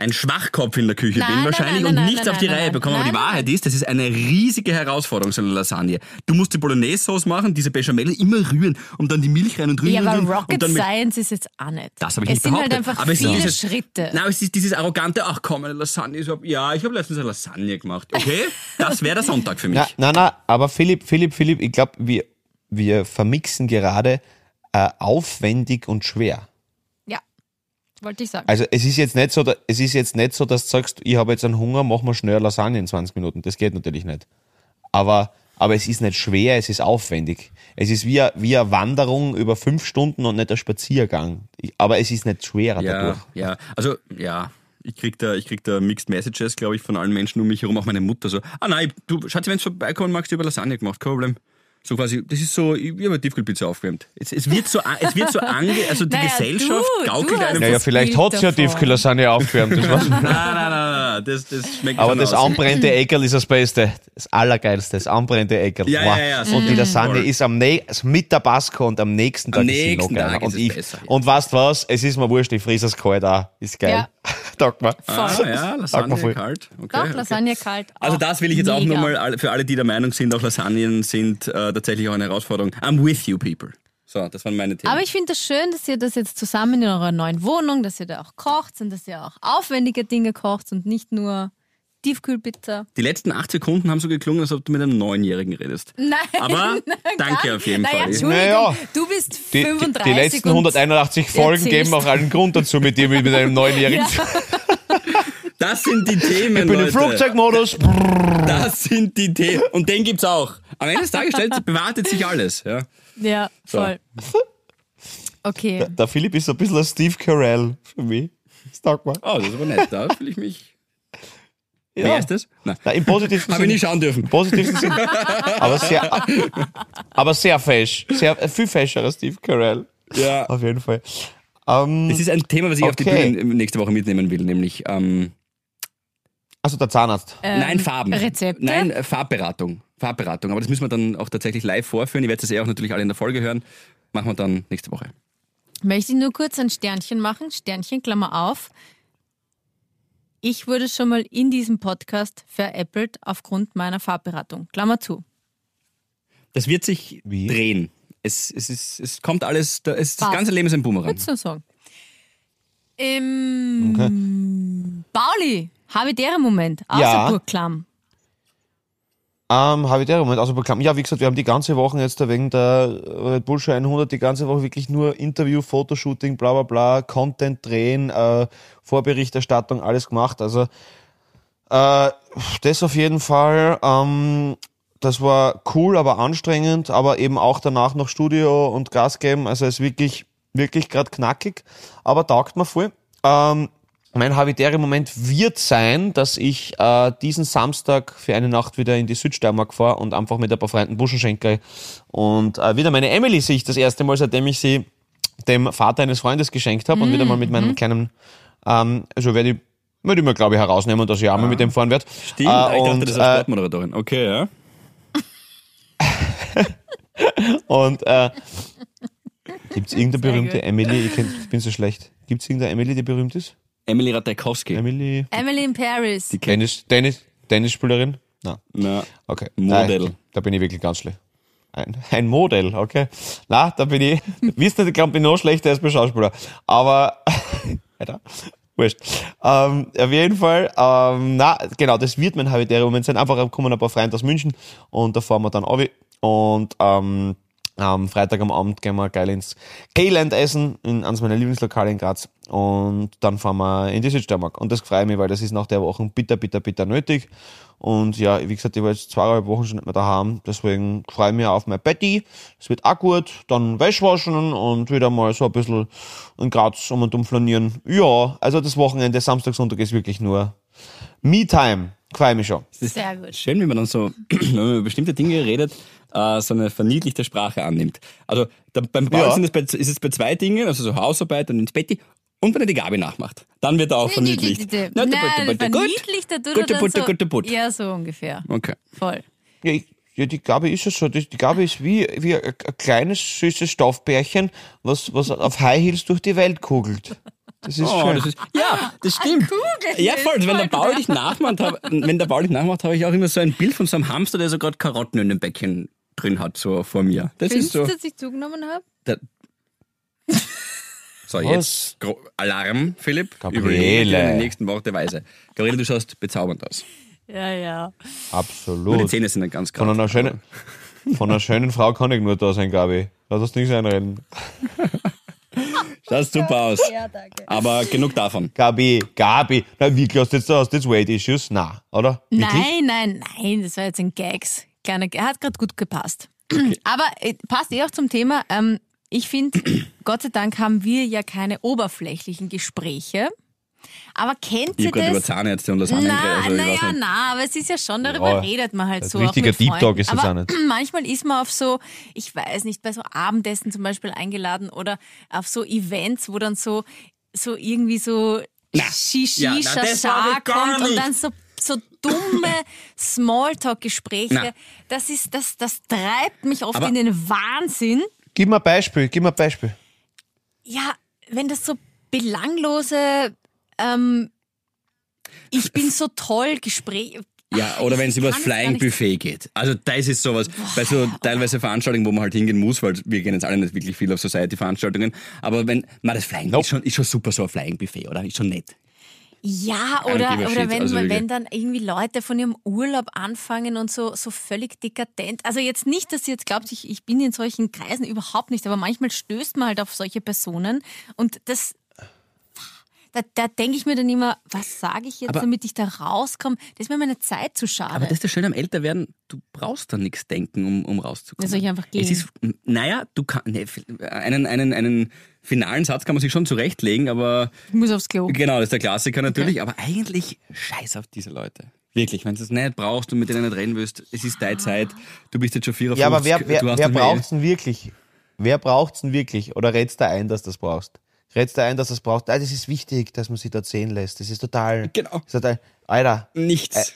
ein Schwachkopf in der Küche Nein, bin nein, wahrscheinlich nein, und nein, nichts nein, auf die nein, Reihe nein. bekomme. Aber die Nein, Wahrheit ist, das ist eine riesige Herausforderung, so eine Lasagne. Du musst die Bolognese-Sauce machen, diese Bechamel immer rühren und dann die Milch rein und rühren. Ja, und aber rühren Rocket und dann mit- Science ist jetzt auch nicht. das habe ich es nicht sind behauptet. halt einfach aber es viele ist dieses, Schritte. Nein, aber es ist dieses arrogante, ach komm, eine Lasagne ist... ab- Ja, ich habe letztens eine Lasagne gemacht, okay? Das wäre der Sonntag für mich. Na, na, na, aber Philipp, Philipp, Philipp, ich glaube, wir, wir vermixen gerade äh, aufwendig und schwer. Ja, wollte ich sagen. Äh, Also es ist jetzt nicht so, da- es ist jetzt nicht so, dass du sagst, ich habe jetzt einen Hunger, mach mal schnell Lasagne in 20 Minuten. Das geht natürlich nicht. Aber, aber es ist nicht schwer, es ist aufwendig. Es ist wie, eine- wie eine Wanderung über fünf Stunden und nicht ein Spaziergang. Ich, aber es ist nicht schwerer dadurch. Ja, ja, also ja. Ich krieg da, ich krieg da Mixed Messages, glaube ich, von allen Menschen um mich herum, auch meine Mutter so. Ah nein, du, Schatz, wenn du vorbeikommen magst, ich hab eine Lasagne gemacht, kein Problem. So quasi, das ist so, ich habe Tiefkühlpizza aufgewärmt. Es, es wird so, a- es wird so ange, also die Naja, Gesellschaft du- gaukelt du hast- einem. Naja, Das vielleicht Bild hat es ja davon. Tiefkühlersahne aufgewärmt. Das war's. Nein, nein, nein, nein, nein, das, das schmeckt Aber schon das aus. anbrennende Eckerl ist das Beste. Das Allergeilste, das anbrennende Eckerl. Ja, Wow. ja, ja, und sicher. die Lasagne Mhm. ist am nä- also mit Tabasco und am nächsten Tag Am ist sie noch nächsten geiler. Tag ist und, es ich, besser, ja. und weißt was? Es ist mir wurscht, ich friss es kalt auch. Ist geil. Ja. Tag mal. Ah, ja, Sag mal Lasagne voll. kalt. Okay, Doch, okay. Lasagne kalt. Also auch das will ich jetzt auch mega. nochmal all- für alle, die der Meinung sind, auch Lasagnen sind äh, tatsächlich auch eine Herausforderung. I'm with you, people. So, das waren meine Themen. Aber ich finde es das schön, dass ihr das jetzt zusammen in eurer neuen Wohnung, dass ihr da auch kocht und dass ihr auch aufwendige Dinge kocht und nicht nur Tiefkühlpizza. die letzten acht Sekunden haben so geklungen, als ob du mit einem Neunjährigen redest. Nein. Aber danke auf jeden naja, Fall. Entschuldigung, Naja. du bist Die, die, 35 die letzten und 181 Folgen erzählst. geben auch allen Grund dazu, mit dir mit einem Neunjährigen. Das sind die Themen, Ich bin im Leute. Flugzeugmodus. Das sind die Themen. Und den gibt's auch. Am Ende des Tages stellt, bewahrtet sich alles. Ja. Ja, voll. Okay. Der Philipp ist so ein bisschen ein Steve Carell für mich. Das taugt mir. Oh, das ist aber nett. Da fühle ich mich... Ja. Wer ist das? Nein. Nein, Im positivsten Habe ich Sinne. nicht schauen dürfen. positivsten Sinn. Aber sehr, aber sehr fesch. Sehr, äh, viel fescher Steve Carell. Ja. Auf jeden Fall. Ähm, Es ist ein Thema, was ich auf die Okay. Bühne nächste Woche mitnehmen will, nämlich... Ähm, also der Zahnarzt. Nein, Farben. Rezepte? Nein, äh, Farbberatung. Farbberatung. Aber das müssen wir dann auch tatsächlich live vorführen. Ich werde das eh auch natürlich alle in der Folge hören. Machen wir dann nächste Woche. Möchte ich nur kurz ein Sternchen machen? Sternchen, Klammer auf. Ich wurde schon mal in diesem Podcast veräppelt aufgrund meiner Farbberatung. Klammer zu. Das wird sich Wie? drehen. Es, es, ist, es kommt alles, da- es, das Was? ganze Leben ist ein Boomerang. Würdest du sagen? Ähm, Pauli, habe ich deren Moment. Außer Ja. Burgklamm. Ähm, habe ich der Moment ausbekommen. Ja, wie gesagt, wir haben die ganze Woche jetzt da wegen der Red Bull Show 100 die ganze Woche wirklich nur Interview, Fotoshooting, bla bla bla, Content drehen, äh, Vorberichterstattung, alles gemacht. Also äh, das auf jeden Fall. Ähm, das war cool, aber anstrengend, aber eben auch danach noch Studio und Gas geben. Also es ist wirklich, wirklich gerade knackig, aber taugt mir voll. Ähm, mein habitäre Moment wird sein, dass ich äh, diesen Samstag für eine Nacht wieder in die Südsteiermark fahre und einfach mit ein paar Freunden Buschen schenke und äh, wieder meine Emily sehe ich das erste Mal, seitdem ich sie dem Vater eines Freundes geschenkt habe und wieder mal mit Mhm. meinem kleinen, ähm, also werde ich, werde ich mir glaube ich herausnehmen, dass ich auch mal mit dem fahren werde. Ah. Stimmt, Äh, ich dachte, und, das ist äh, eine Sportmoderatorin. Okay, ja. Und äh, gibt es irgendeine berühmte gut. Emily? Ich, kenn, ich bin so schlecht. Gibt es irgendeine Emily, die berühmt ist? Emily Ratajkowski. Emily? Emily in Paris. Tennis, Tennis, Tennisspielerin? Nein. Na, Okay. Model. Nein, da bin ich wirklich ganz schlecht. Ein, ein Model, okay. Na, da bin ich, wisst ihr, ich glaube, ich bin noch schlechter als bei Schauspieler. Aber, Alter, wurscht. Ähm, auf jeden Fall, ähm, na, genau, das wird mein habitärer Moment sein. Einfach kommen ein paar Freunde aus München und da fahren wir dann runter. Und ähm, am Freitag am Abend gehen wir geil ins K-Land essen, in eines meiner Lieblingslokale in Graz. Und dann fahren wir in die Südsteiermark. Und das freut mich, weil das ist nach der Woche bitter, bitter, bitter nötig. Und ja, wie gesagt, ich war jetzt zweieinhalb Wochen schon nicht mehr daheim. Deswegen freue ich mich auf mein Betty. Es wird auch gut. Dann Wäsche waschen und wieder mal so ein bisschen in Graz um und um flanieren. Ja, also das Wochenende, Samstag, Sonntag ist wirklich nur Me-Time. Freue mich schon. Sehr gut. Schön, wie man dann so, wenn man über bestimmte Dinge redet, äh, so eine verniedlichte Sprache annimmt. Also da, beim Paul Ja. sind es bei, ist es bei zwei Dingen, also so Hausarbeit und ins Betti. Und wenn er die Gabi nachmacht, dann wird er auch verniedlicht. Na, Nein, du bitte, bitte, gut. verniedlicht, da tut Gute er dann Butte, so, gute Butte. Ja, so ungefähr. Okay. Voll. Ja, ich, ja, die Gabi ist es schon. Die, die Gabi ist wie, wie ein, ein kleines, süßes Stoffbärchen, was, was auf High Heels durch die Welt kugelt. Das ist Oh, schön. das ist, ja, das stimmt. Ah, das ja, ist voll. Wenn voll der Paul brav. dich nachmacht, hab, wenn der Paul dich nachmacht, habe ich auch immer so ein Bild von so einem Hamster, der so gerade Karotten in dem Becken drin hat, so vor mir. Das Findest ist du, so. dass ich zugenommen habe? Da- So, jetzt Gro Alarm, Philipp. Gabriele. Überlege dir die nächsten Worte weise. Gabriele, du schaust bezaubernd aus. Ja, ja. Nur die Absolut. Zähne sind dann ganz Von grau. einer, schönen, von einer schönen Frau kann ich nur da sein, Gabi. Lass uns nichts einreden. Schaust super aus. Ja, danke. Aber genug davon. Gabi, Gabi. Na, wirklich, hast du jetzt, hast du jetzt Weight Issues? Na, oder? Wirklich? Nein, nein, nein, das war jetzt ein Gags. Kleiner, er hat gerade gut gepasst. Aber äh, passt eh auch zum Thema. Ähm, ich finde, Gott sei Dank haben wir ja keine oberflächlichen Gespräche, Aber kennt Ich ihr habe gerade über das? Zahnärzte und Lasagne Na, geredet. Also ich weiß naja, nicht. na, aber es ist ja schon, darüber Ja, redet man halt das so. ist ein auch richtiger mit Deep Talk Freunden. ist das aber auch nicht. Manchmal ist man auf so, ich weiß nicht, bei so Abendessen zum Beispiel eingeladen oder auf so Events, wo dann so, so irgendwie so Shishi, ja, na, das hab Shasha ich gar kommt und nicht. dann so, so dumme Na. Smalltalk-Gespräche. Das ist, das, das treibt mich oft Aber- in den Wahnsinn. Gib mir ein Beispiel, gib mir ein Beispiel. Ja, wenn das so belanglose, ähm, ich bin so toll Gespräche. Ja, oder wenn es über das kann es gar Flying nicht- Buffet geht. Also das ist sowas. Bei so teilweise Veranstaltungen, wo man halt hingehen muss, weil wir gehen jetzt alle nicht wirklich viel auf Society-Veranstaltungen. Aber wenn, man das Flying Nope. ist, schon, ist schon super, so ein Flying Buffet, oder? Ist schon nett. Ja, don't oder, give a oder shit, wenn, also wirklich. wenn dann irgendwie Leute von ihrem Urlaub anfangen und so, so völlig dekadent. Also jetzt nicht, dass ihr jetzt glaubt, ich, ich bin in solchen Kreisen überhaupt nicht, aber manchmal stößt man halt auf solche Personen und das. Da, da denke ich mir dann immer, was sage ich jetzt, Aber- damit ich da rauskomme? Das ist mir meine Zeit zu schade. Aber das ist das Schöne am Älterwerden, du brauchst da nichts denken, um, um rauszukommen. Ja, soll Also ich einfach gehen? Es ist, naja, du kann, ne, einen, einen, einen finalen Satz kann man sich schon zurechtlegen, aber ich muss aufs Klo. genau, das ist der Klassiker natürlich. Aber eigentlich scheiß auf diese Leute. Wirklich, wenn du es nicht brauchst und mit denen nicht reden willst, es ist deine Zeit, du bist jetzt schon 54, Ja, aber wer, wer, du hast wer nicht mehr- braucht's denn wirklich? Wer braucht's denn wirklich? Oder rätst da ein, dass du das brauchst? Rätst da ein, dass du das brauchst? Ah, das ist wichtig, dass man sich dort sehen lässt. Das ist total. Genau. Ist total Alter. Nichts.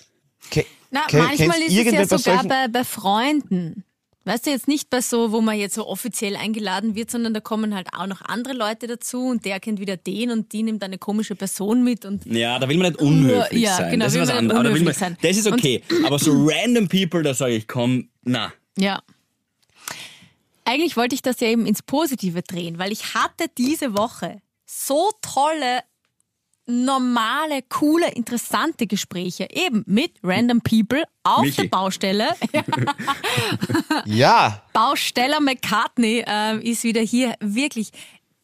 Ke Na, ke- manchmal kennst ist es ja irgendwer bei sogar solchen- bei, bei Freunden. Weißt du, jetzt nicht bei so, wo man jetzt so offiziell eingeladen wird, sondern da kommen halt auch noch andere Leute dazu und der kennt wieder den und die nimmt eine komische Person mit und Ja, da will man nicht unhöflich Ja, sein. genau, das ist will was man nicht anderes. Aber da will man, unhöflich sein. Das ist Und- okay. aber so random people, da sage ich, komm, na. ja. Eigentlich wollte ich das ja eben ins Positive drehen, weil ich hatte diese Woche so tolle, normale, coole, interessante Gespräche eben mit random people auf Michi. der Baustelle. Ja, Bausteller McCartney ähm, ist wieder hier. Wirklich.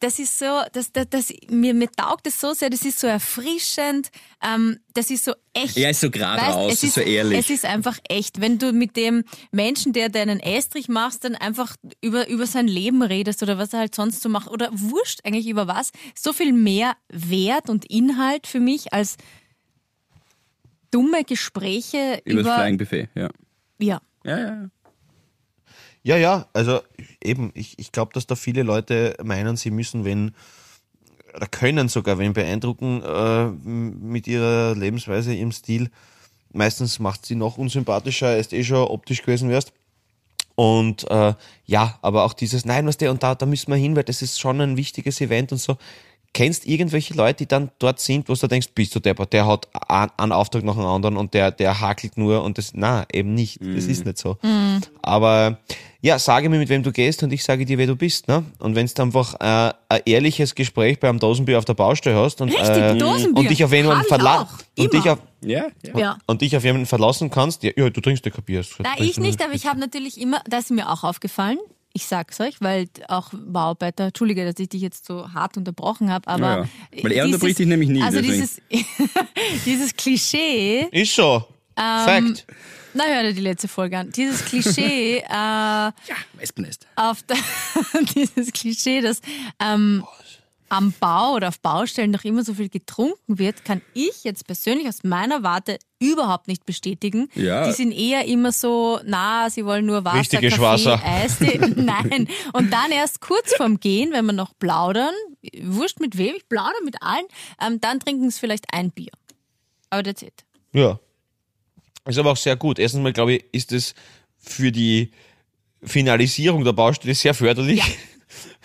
Das ist so, das, das, das, mir, mir taugt es so sehr, das ist so erfrischend, ähm, das ist so echt. Ja, ist so grad raus, es ist so ehrlich. Es ist einfach echt. Wenn du mit dem Menschen, der deinen Estrich machst, dann einfach über, über sein Leben redest oder was er halt sonst so macht oder wurscht eigentlich über was, so viel mehr Wert und Inhalt für mich als dumme Gespräche Über, das über Flying Buffet, ja. ja. Ja, ja, ja. ja, ja. Also eben, ich, ich glaube, dass da viele Leute meinen, sie müssen, wenn oder können sogar, wenn beeindrucken äh, m- mit ihrer Lebensweise, ihrem Stil. Meistens macht sie noch unsympathischer, als du eh schon optisch gewesen wärst. Und äh, ja, aber auch dieses, nein, was der und da, da müssen wir hin, weil das ist schon ein wichtiges Event und so. Kennst irgendwelche Leute, die dann dort sind, wo du denkst, bist du deppert, der hat a- einen Auftrag nach dem anderen und der, der hakelt nur und das, na, eben nicht, das ist nicht so. Mhm. Aber ja, sage mir, mit wem du gehst und ich sage dir, wer du bist. Ne? Und wenn du einfach äh, ein ehrliches Gespräch beim Dosenbier auf der Baustelle hast und, Richtig, äh, Dosenbier. und dich auf jemanden Hab ich verla- auch. und Immer. dich auf, Ja, ja. ja. und dich auf jemanden verlassen kannst, ja, ja du trinkst dir kein Bier. das Na, trinkst ich du nicht, aber ich habe natürlich immer, das ist mir auch aufgefallen. Ich sag's euch, weil auch Bauarbeiter, Entschuldige, dass ich dich jetzt so hart unterbrochen habe, aber. Ja, ja. Weil er unterbricht dich nämlich nie, Also deswegen. dieses, dieses Klischee, Ist so. Ähm, Fact. na hör dir die letzte Folge an, dieses Klischee äh, Wespennest. auf der, dieses Klischee, dass ähm, am Bau oder auf Baustellen noch immer so viel getrunken wird, kann ich jetzt persönlich aus meiner Warte überhaupt nicht bestätigen. Ja. Die sind eher immer so, na, sie wollen nur Wasser, Richtiges Kaffee, Wasser. Eistee. Nein. Und dann erst kurz vorm Gehen, wenn wir noch plaudern, wurscht mit wem, ich plaudere mit allen, ähm, dann trinken sie vielleicht ein Bier. Aber that's it. Ja. Ist aber auch sehr gut. Erstens mal, glaube ich, ist es für die Finalisierung der Baustelle sehr förderlich.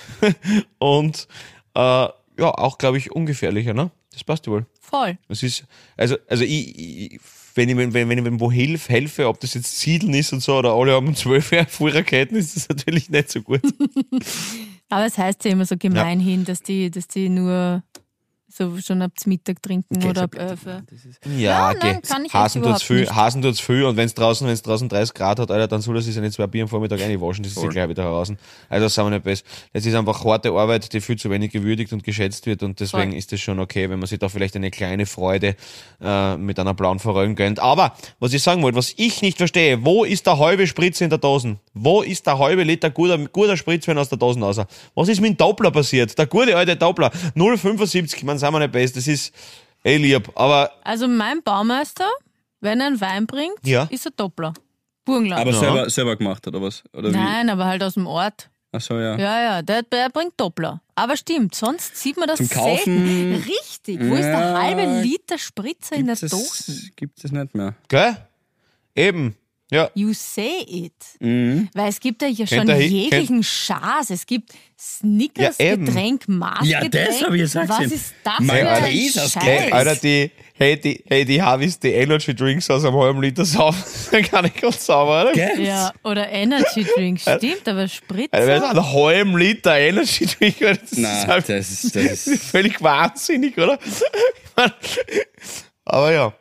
Und äh, ja, auch, glaube ich, ungefährlicher, ne? Das passt ja wohl. Voll. Das ist, also, also ich, ich wenn ich, wenn, wenn, wenn ich wem wo hilf, helfe, ob das jetzt Siedeln ist und so, oder alle haben um zwölf Fuhrraketen, ist das natürlich nicht so gut. Aber es heißt ja immer so gemeinhin, dass, die, dass die nur so schon ab Mittag trinken oder ab Öfe. Ja, Ja, nein, geh. kann ich Hasen tut's jetzt überhaupt viel, nicht. Hasen tut's viel und wenn's draußen, wenn's draußen 30 Grad hat, Alter, dann soll er sich seine zwei Bier am Vormittag einwaschen, das ist ja gleich wieder raus. Also das sind wir nicht besser. Das ist einfach harte Arbeit, die viel zu wenig gewürdigt und geschätzt wird und deswegen Voll. ist es schon okay, wenn man sich da vielleicht eine kleine Freude äh, mit einer blauen Forellen gönnt. Aber was ich sagen wollte, was ich nicht verstehe, wo ist der halbe Spritz in der Dosen? Wo ist der halbe Liter guter, guter Spritz, wenn aus der Dosen raus? Was ist mit dem Doppler passiert? Der gute alte Doppler. 0,75, man sind wir nicht best. Das ist eh lieb. Aber Also mein Baumeister, wenn er einen Wein bringt, Ja. ist er Doppler. Burgenland. Aber Ja. selber, selber gemacht hat, oder was? Oder wie? Nein, aber halt aus dem Ort. Ach so, ja. Ja, ja, der, der bringt Doppler. Aber stimmt, sonst sieht man das Zum Kaufen- selten. Richtig, wo ist der Ja, halbe Liter Spritzer in der Gibt Dose? es, gibt es nicht mehr. Gell? Eben. Ja. You say it. Mhm. Weil es gibt ja hier Kennt schon er hi- jeglichen Schaß. Es gibt Snickers, Ja, eben. Getränk, Maßgetränk. Ja, das hab ich gesagt. Was ist das Mein für Alter, ein ist das Hey, Hey. Alter, Scheiß? die, hey, die, hey, die Harvis, die Energy Drinks aus einem halben Liter sauber, dann kann ich ganz sauber, oder? Gell? Ja, oder Energy Drink, stimmt, Alter, aber wenn du Spritzer. einen halben Liter Energy Drink, Alter, das, ist, Nein, halt, das ist, das ist völlig wahnsinnig, oder? Ich mein, Aber ja.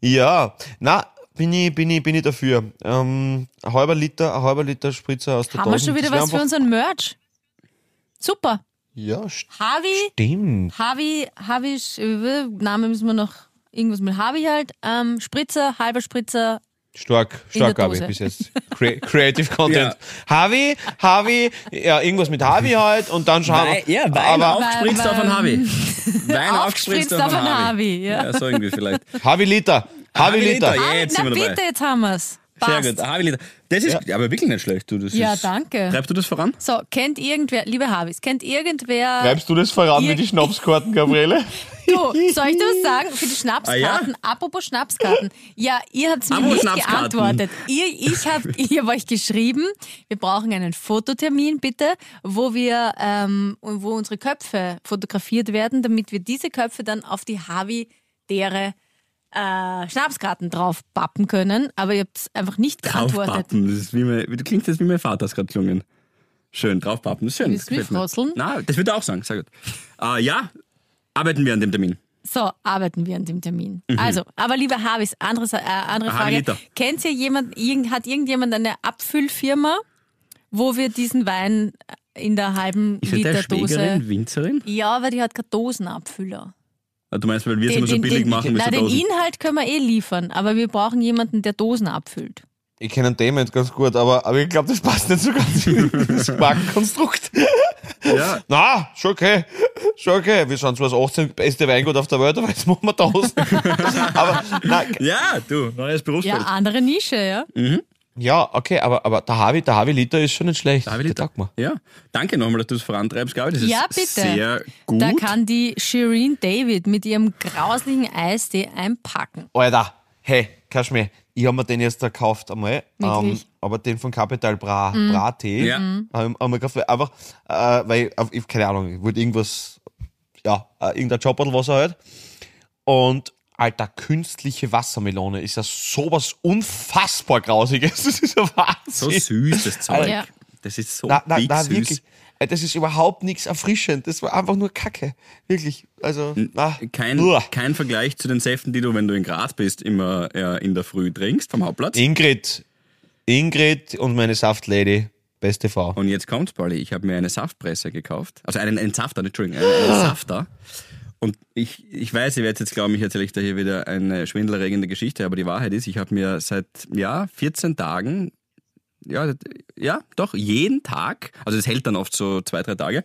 Ja, na, bin ich, bin ich, bin ich dafür. Ähm, ein halber Liter, ein halber Liter Spritzer aus der Haben wir Dose. schon wieder Das wär was für einfach- unseren Merch? Super. Ja, st- Harvey, stimmt. Harvey, Harvey, Sch- äh, Name müssen wir noch irgendwas mit Harvey halt. Ähm, Spritzer, halber Spritzer. Stark, In der stark habe ich Dose. bis jetzt. Cre Creative Content. Harvey, Harvey, ja, irgendwas mit Harvey halt und dann schauen Wei- wir. ja, Wein aber aufgespritzt auf einen Harvey. Wein Aufgespritzt auf einen Harvey, ja. so irgendwie vielleicht. Harvey Liter, Harvey Liter. Harvey Liter, Harvey, jetzt na sind wir dabei. bitte, jetzt haben wir's. Sehr Passt. gut, Harvey Liter. Das ist aber wirklich nicht schlecht, du. Das Ja, ist, danke. Treibst du das voran? So, kennt irgendwer, liebe Harvis, kennt irgendwer Schreibst du das voran Ihr- mit den Schnapskarten, Gabriele? Du, soll ich dir was sagen? Für die Schnapskarten, Ah, apropos Schnapskarten. Ja, ihr habt mir Apropos nicht Schnapskarten. geantwortet. Ihr, ich hab, ihr habt euch geschrieben, wir brauchen einen Fototermin bitte, wo wir, ähm, und wo unsere Köpfe fotografiert werden, damit wir diese Köpfe dann auf die Havi dere äh, Schnapskarten drauf pappen können. Aber ihr habt einfach nicht geantwortet. Draufpappen. Das, ist wie mein, das klingt jetzt wie mein Vater es gerade gelungen. Schön, draufpappen. Das ist schön. Willst du mich gefällt mir. frotzeln? Nein, das würde er auch sagen. Sehr gut. Äh, ja, arbeiten wir an dem Termin. So, arbeiten wir an dem Termin. Mhm. Also, aber lieber Harvis, andere, Sa- äh, andere Ah, Frage. Liter. Kennt ihr jemand, irgend, hat irgendjemand eine Abfüllfirma, wo wir diesen Wein in der halben Ist das Liter deine Dose. Schwägerin Winzerin? Ja, aber die hat gerade Dosenabfüller. Ah, Du meinst, weil wir es immer so billig machen mit na, so den Dosen. Inhalt können wir eh liefern, aber wir brauchen jemanden, der Dosen abfüllt. Ich kenne den jetzt ganz gut, aber, aber ich glaube, das passt nicht so ganz in das Markenkonstrukt. Ja, Na, schon okay. Schon okay. Wir sind zwar das 18. beste Weingut auf der Welt, aber jetzt machen wir 1000. aber, na, ja, du, neues Ja, Berufsfeld. andere Nische, ja. ja, okay, aber, aber der Harvey, der Harvey Liter ist schon nicht schlecht. David, Der taugt mir. Ja, danke nochmal, dass du es vorantreibst, Gabi. Das Ja, ist bitte. sehr gut. Da kann die Shireen David mit ihrem grauslichen Eisdee einpacken. Alter, hey, Kaschmir, ich habe mir den jetzt gekauft einmal. Ähm, Wirklich? aber den von Capital Bra, Bra Tee. Ja. Mhm. Hab ich- hab ich mir gekauft, weil einfach, äh, weil ich, auf- ich, keine Ahnung, ich wollte irgendwas, ja, äh, irgendein Job oder was halt. Und Alter, künstliche Wassermelone ist ja sowas unfassbar grausiges. Das ist ja so Wahnsinn. süßes Zeug. Ja. Das ist so Na, na, big na, süß. wirklich. Äh, Das ist überhaupt nichts erfrischend. Das war einfach nur Kacke. Wirklich. Also, na, Kein, uah. kein Vergleich zu den Säften, die du, wenn du in Graz bist, immer äh, in der Früh trinkst vom Hauptplatz. Ingrid, Ingrid und meine Saftlady, beste Frau. Und jetzt kommt's, Pauli. Ich habe mir eine Saftpresse gekauft. Also einen, einen Safter, Entschuldigung, einen, einen Safter. Und ich, ich weiß, ihr werdet jetzt glauben, ich erzähle euch da hier wieder eine schwindelerregende Geschichte, aber die Wahrheit ist, ich habe mir seit ja, 14 Tagen, ja, ja, doch, jeden Tag, also es hält dann oft so zwei, drei Tage,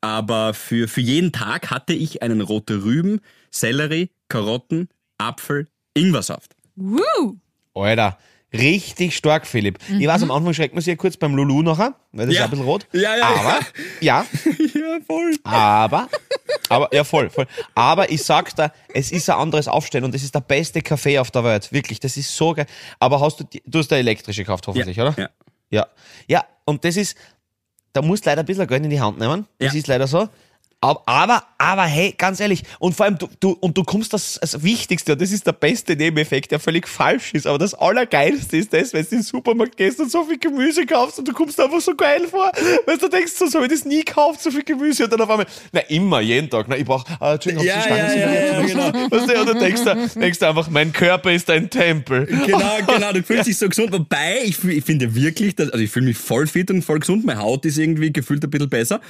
aber für, für jeden Tag hatte ich einen rote Rüben, Sellerie, Karotten, Apfel, Ingwersaft. Woo! Alter, richtig stark, Philipp. Ich weiß, am Anfang schreckt man sich ja kurz beim Lulu nachher, weil das Mhm. Ja. ist ein bisschen rot. Ja, ja, Aber, ja, Ja, voll. aber, aber, ja, voll, voll. Aber ich sag da, es ist ein anderes Aufstellen und es ist der beste Kaffee auf der Welt. Wirklich, das ist so geil. Aber hast du, die- du hast eine elektrische gekauft, hoffentlich, oder? Ja. Ja. Ja, und das ist, da musst du leider ein bisschen Geld in die Hand nehmen. Das Ja. ist leider so. Ab- Aber, aber hey, ganz ehrlich, und vor allem du, du, und du kommst das, das Wichtigste, und das ist der beste Nebeneffekt, der völlig falsch ist, aber das Allergeilste ist das, wenn du in den Supermarkt gehst und so viel Gemüse kaufst und du kommst dir einfach so geil vor, weil du denkst, so, so habe ich das nie gekauft, so viel Gemüse, und dann auf einmal, na immer, jeden Tag, na ich brauche, äh, Entschuldigung, Ja, hab's so ja, ja, ja, genau. Weißt du, und dann denkst du, denkst du einfach, mein Körper ist ein Tempel. Genau, genau, du fühlst dich so gesund. Wobei, ich, fühl- ich finde wirklich, dass, also ich fühle mich voll fit und voll gesund. Meine Haut ist irgendwie gefühlt ein bisschen besser.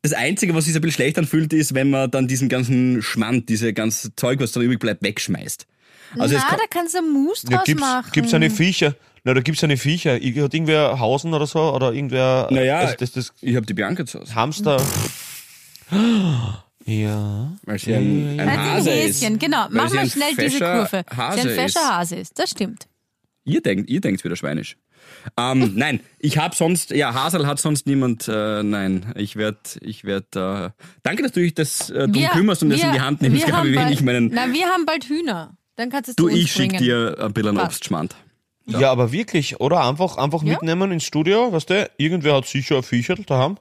Das Einzige, was sich ein bisschen schlecht anfühlt, ist, wenn man dann diesen ganzen Schmand, diese ganze Zeug, was dann übrig bleibt, wegschmeißt. Also es na, kann, da kannst du Mousse draus Ja, gibt's, machen. gibt's eine Viecher. Na, da gibt's eine Viecher. Ich hat irgendwer Hausen oder so, oder irgendwer. naja, Also das, das ich habe die Bianca zu Hause. Hamster. Ja. Weil sie ein, Weil ein sie Hase ein ist. Häschen, genau. Weil Mach sie mal ein schnell diese fescher Kurve. Hase sie ein fescher ist. Hase ist, das stimmt. Ihr denkt, ihr denkt wieder schweinisch. Ähm, nein, ich habe sonst, ja, Hasel hat sonst niemand. Äh, nein, ich werde, ich werde. Äh, danke, dass du dich das äh, drum kümmerst und das in die Hand nimmst, wir Gabi, haben wenn bald, ich meinen. Na, wir haben bald Hühner. Dann kannst es Du, zu uns ich schicke bringen. dir ein bisschen einen Passt. Obstschmand. Ja, aber wirklich. Oder einfach, einfach Ja. mitnehmen ins Studio, weißt du, irgendwer hat sicher ein Viecherl daheim.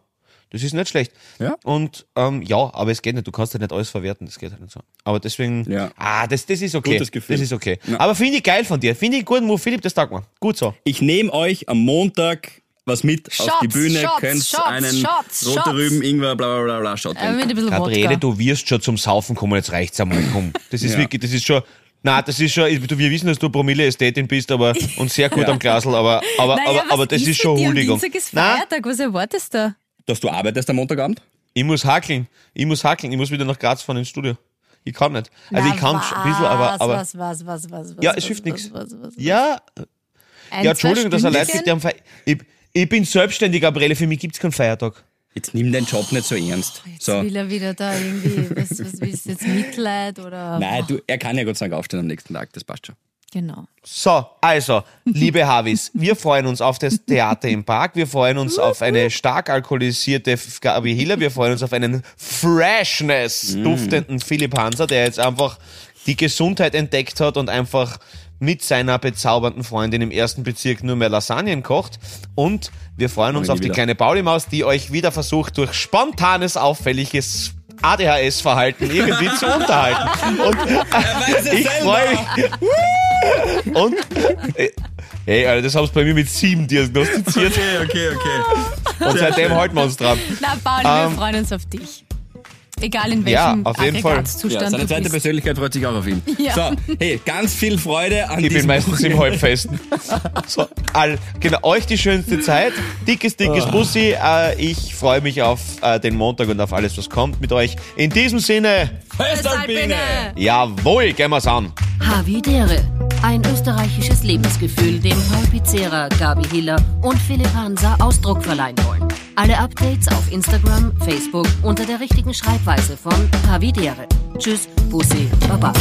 Das ist nicht schlecht. Ja. Und ähm, ja, aber es geht nicht. Du kannst ja nicht alles verwerten, das geht halt nicht so. Aber deswegen, Ja. ah, das, das ist okay. Gutes Gefühl. Das ist okay. Ja. Aber finde ich geil von dir. Finde ich gut, Move Philipp, das taugt mir. Gut so. Ich nehme euch am Montag was mit auf Shots, die Bühne. Shots, Könnt Shots, einen Shots, rote Shots. Rüben, Ingwer, bla bla bla bla. Schaut Äh, mit ein bisschen Gabriele, Wodka. du wirst schon zum Saufen kommen, jetzt reicht's einmal, komm. Das ist Ja. wirklich, das ist schon, na, das ist schon, ich- du, wir wissen, dass du Promille-Ästhetin bist, aber, und sehr gut am Glasl, aber, aber, Naja, aber, was aber das ist ist, mit schon dir? Am Huldigung. Dienstag ist Na, Feiertag, was erwartest du? Dass du arbeitest am Montagabend? ich muss hackeln, ich muss hackeln, ich muss wieder nach Graz fahren ins Studio. Ich kann nicht. Also Na, ich kann schon ein bisschen, aber, was, aber, Was, was, was, was, was, Ja, was, es hilft was, nix. was, was, was. ja, ja, Ein, zwei Entschuldigung, dass er Leute Stündchen? gibt, die haben Fe ich, ich bin selbstständig, Gabriele, für mich gibt's keinen Feiertag. Jetzt nimm den Job nicht so ernst. Oh, Jetzt So. will er wieder da irgendwie, was, was willst du jetzt, Mitleid oder? Nein, du, er kann ja Gott sei Dank aufstehen am nächsten Tag, das passt schon. Genau. So, also, liebe Havis, wir freuen uns auf das Theater im Park, wir freuen uns auf eine stark alkoholisierte F- Gabi Hiller, wir freuen uns auf einen Mm. Freshness-duftenden Philipp Hanser, der jetzt einfach die Gesundheit entdeckt hat und einfach mit seiner bezaubernden Freundin im ersten Bezirk nur mehr Lasagnen kocht. Und wir freuen uns nie auf die wieder. kleine Paulimaus, die euch wieder versucht, durch spontanes, auffälliges ADHS-Verhalten irgendwie zu unterhalten. Und ich freue mich. Und? Hey, Alter, das haben sie bei mir mit sieben diagnostiziert. Okay, okay, Ah, okay. Und seitdem halten wir uns dran. Na, Paul, Ähm, wir freuen uns auf dich. Egal in welchem Ja, auf jeden Fall. Ja, Aggregatzustand seine du zweite bist. Persönlichkeit freut sich auch auf ihn. Ja. So, hey, ganz viel Freude an Ich bin diesem meistens im Halbfesten. So, all, genau, euch die schönste Zeit. Dickes, dickes Bussi. Äh, ich freue mich auf äh, den Montag und auf alles, was kommt mit euch. In diesem Sinne, Festalpine! jawohl, gehen wir's an. Havidere. Ein österreichisches Lebensgefühl, dem Paul Pizzera, Gabi Hiller und Philipp Hansa Ausdruck verleihen wollen. Alle Updates auf Instagram, Facebook unter der richtigen Schreibweise von Havidere. Tschüss, Bussi, Baba.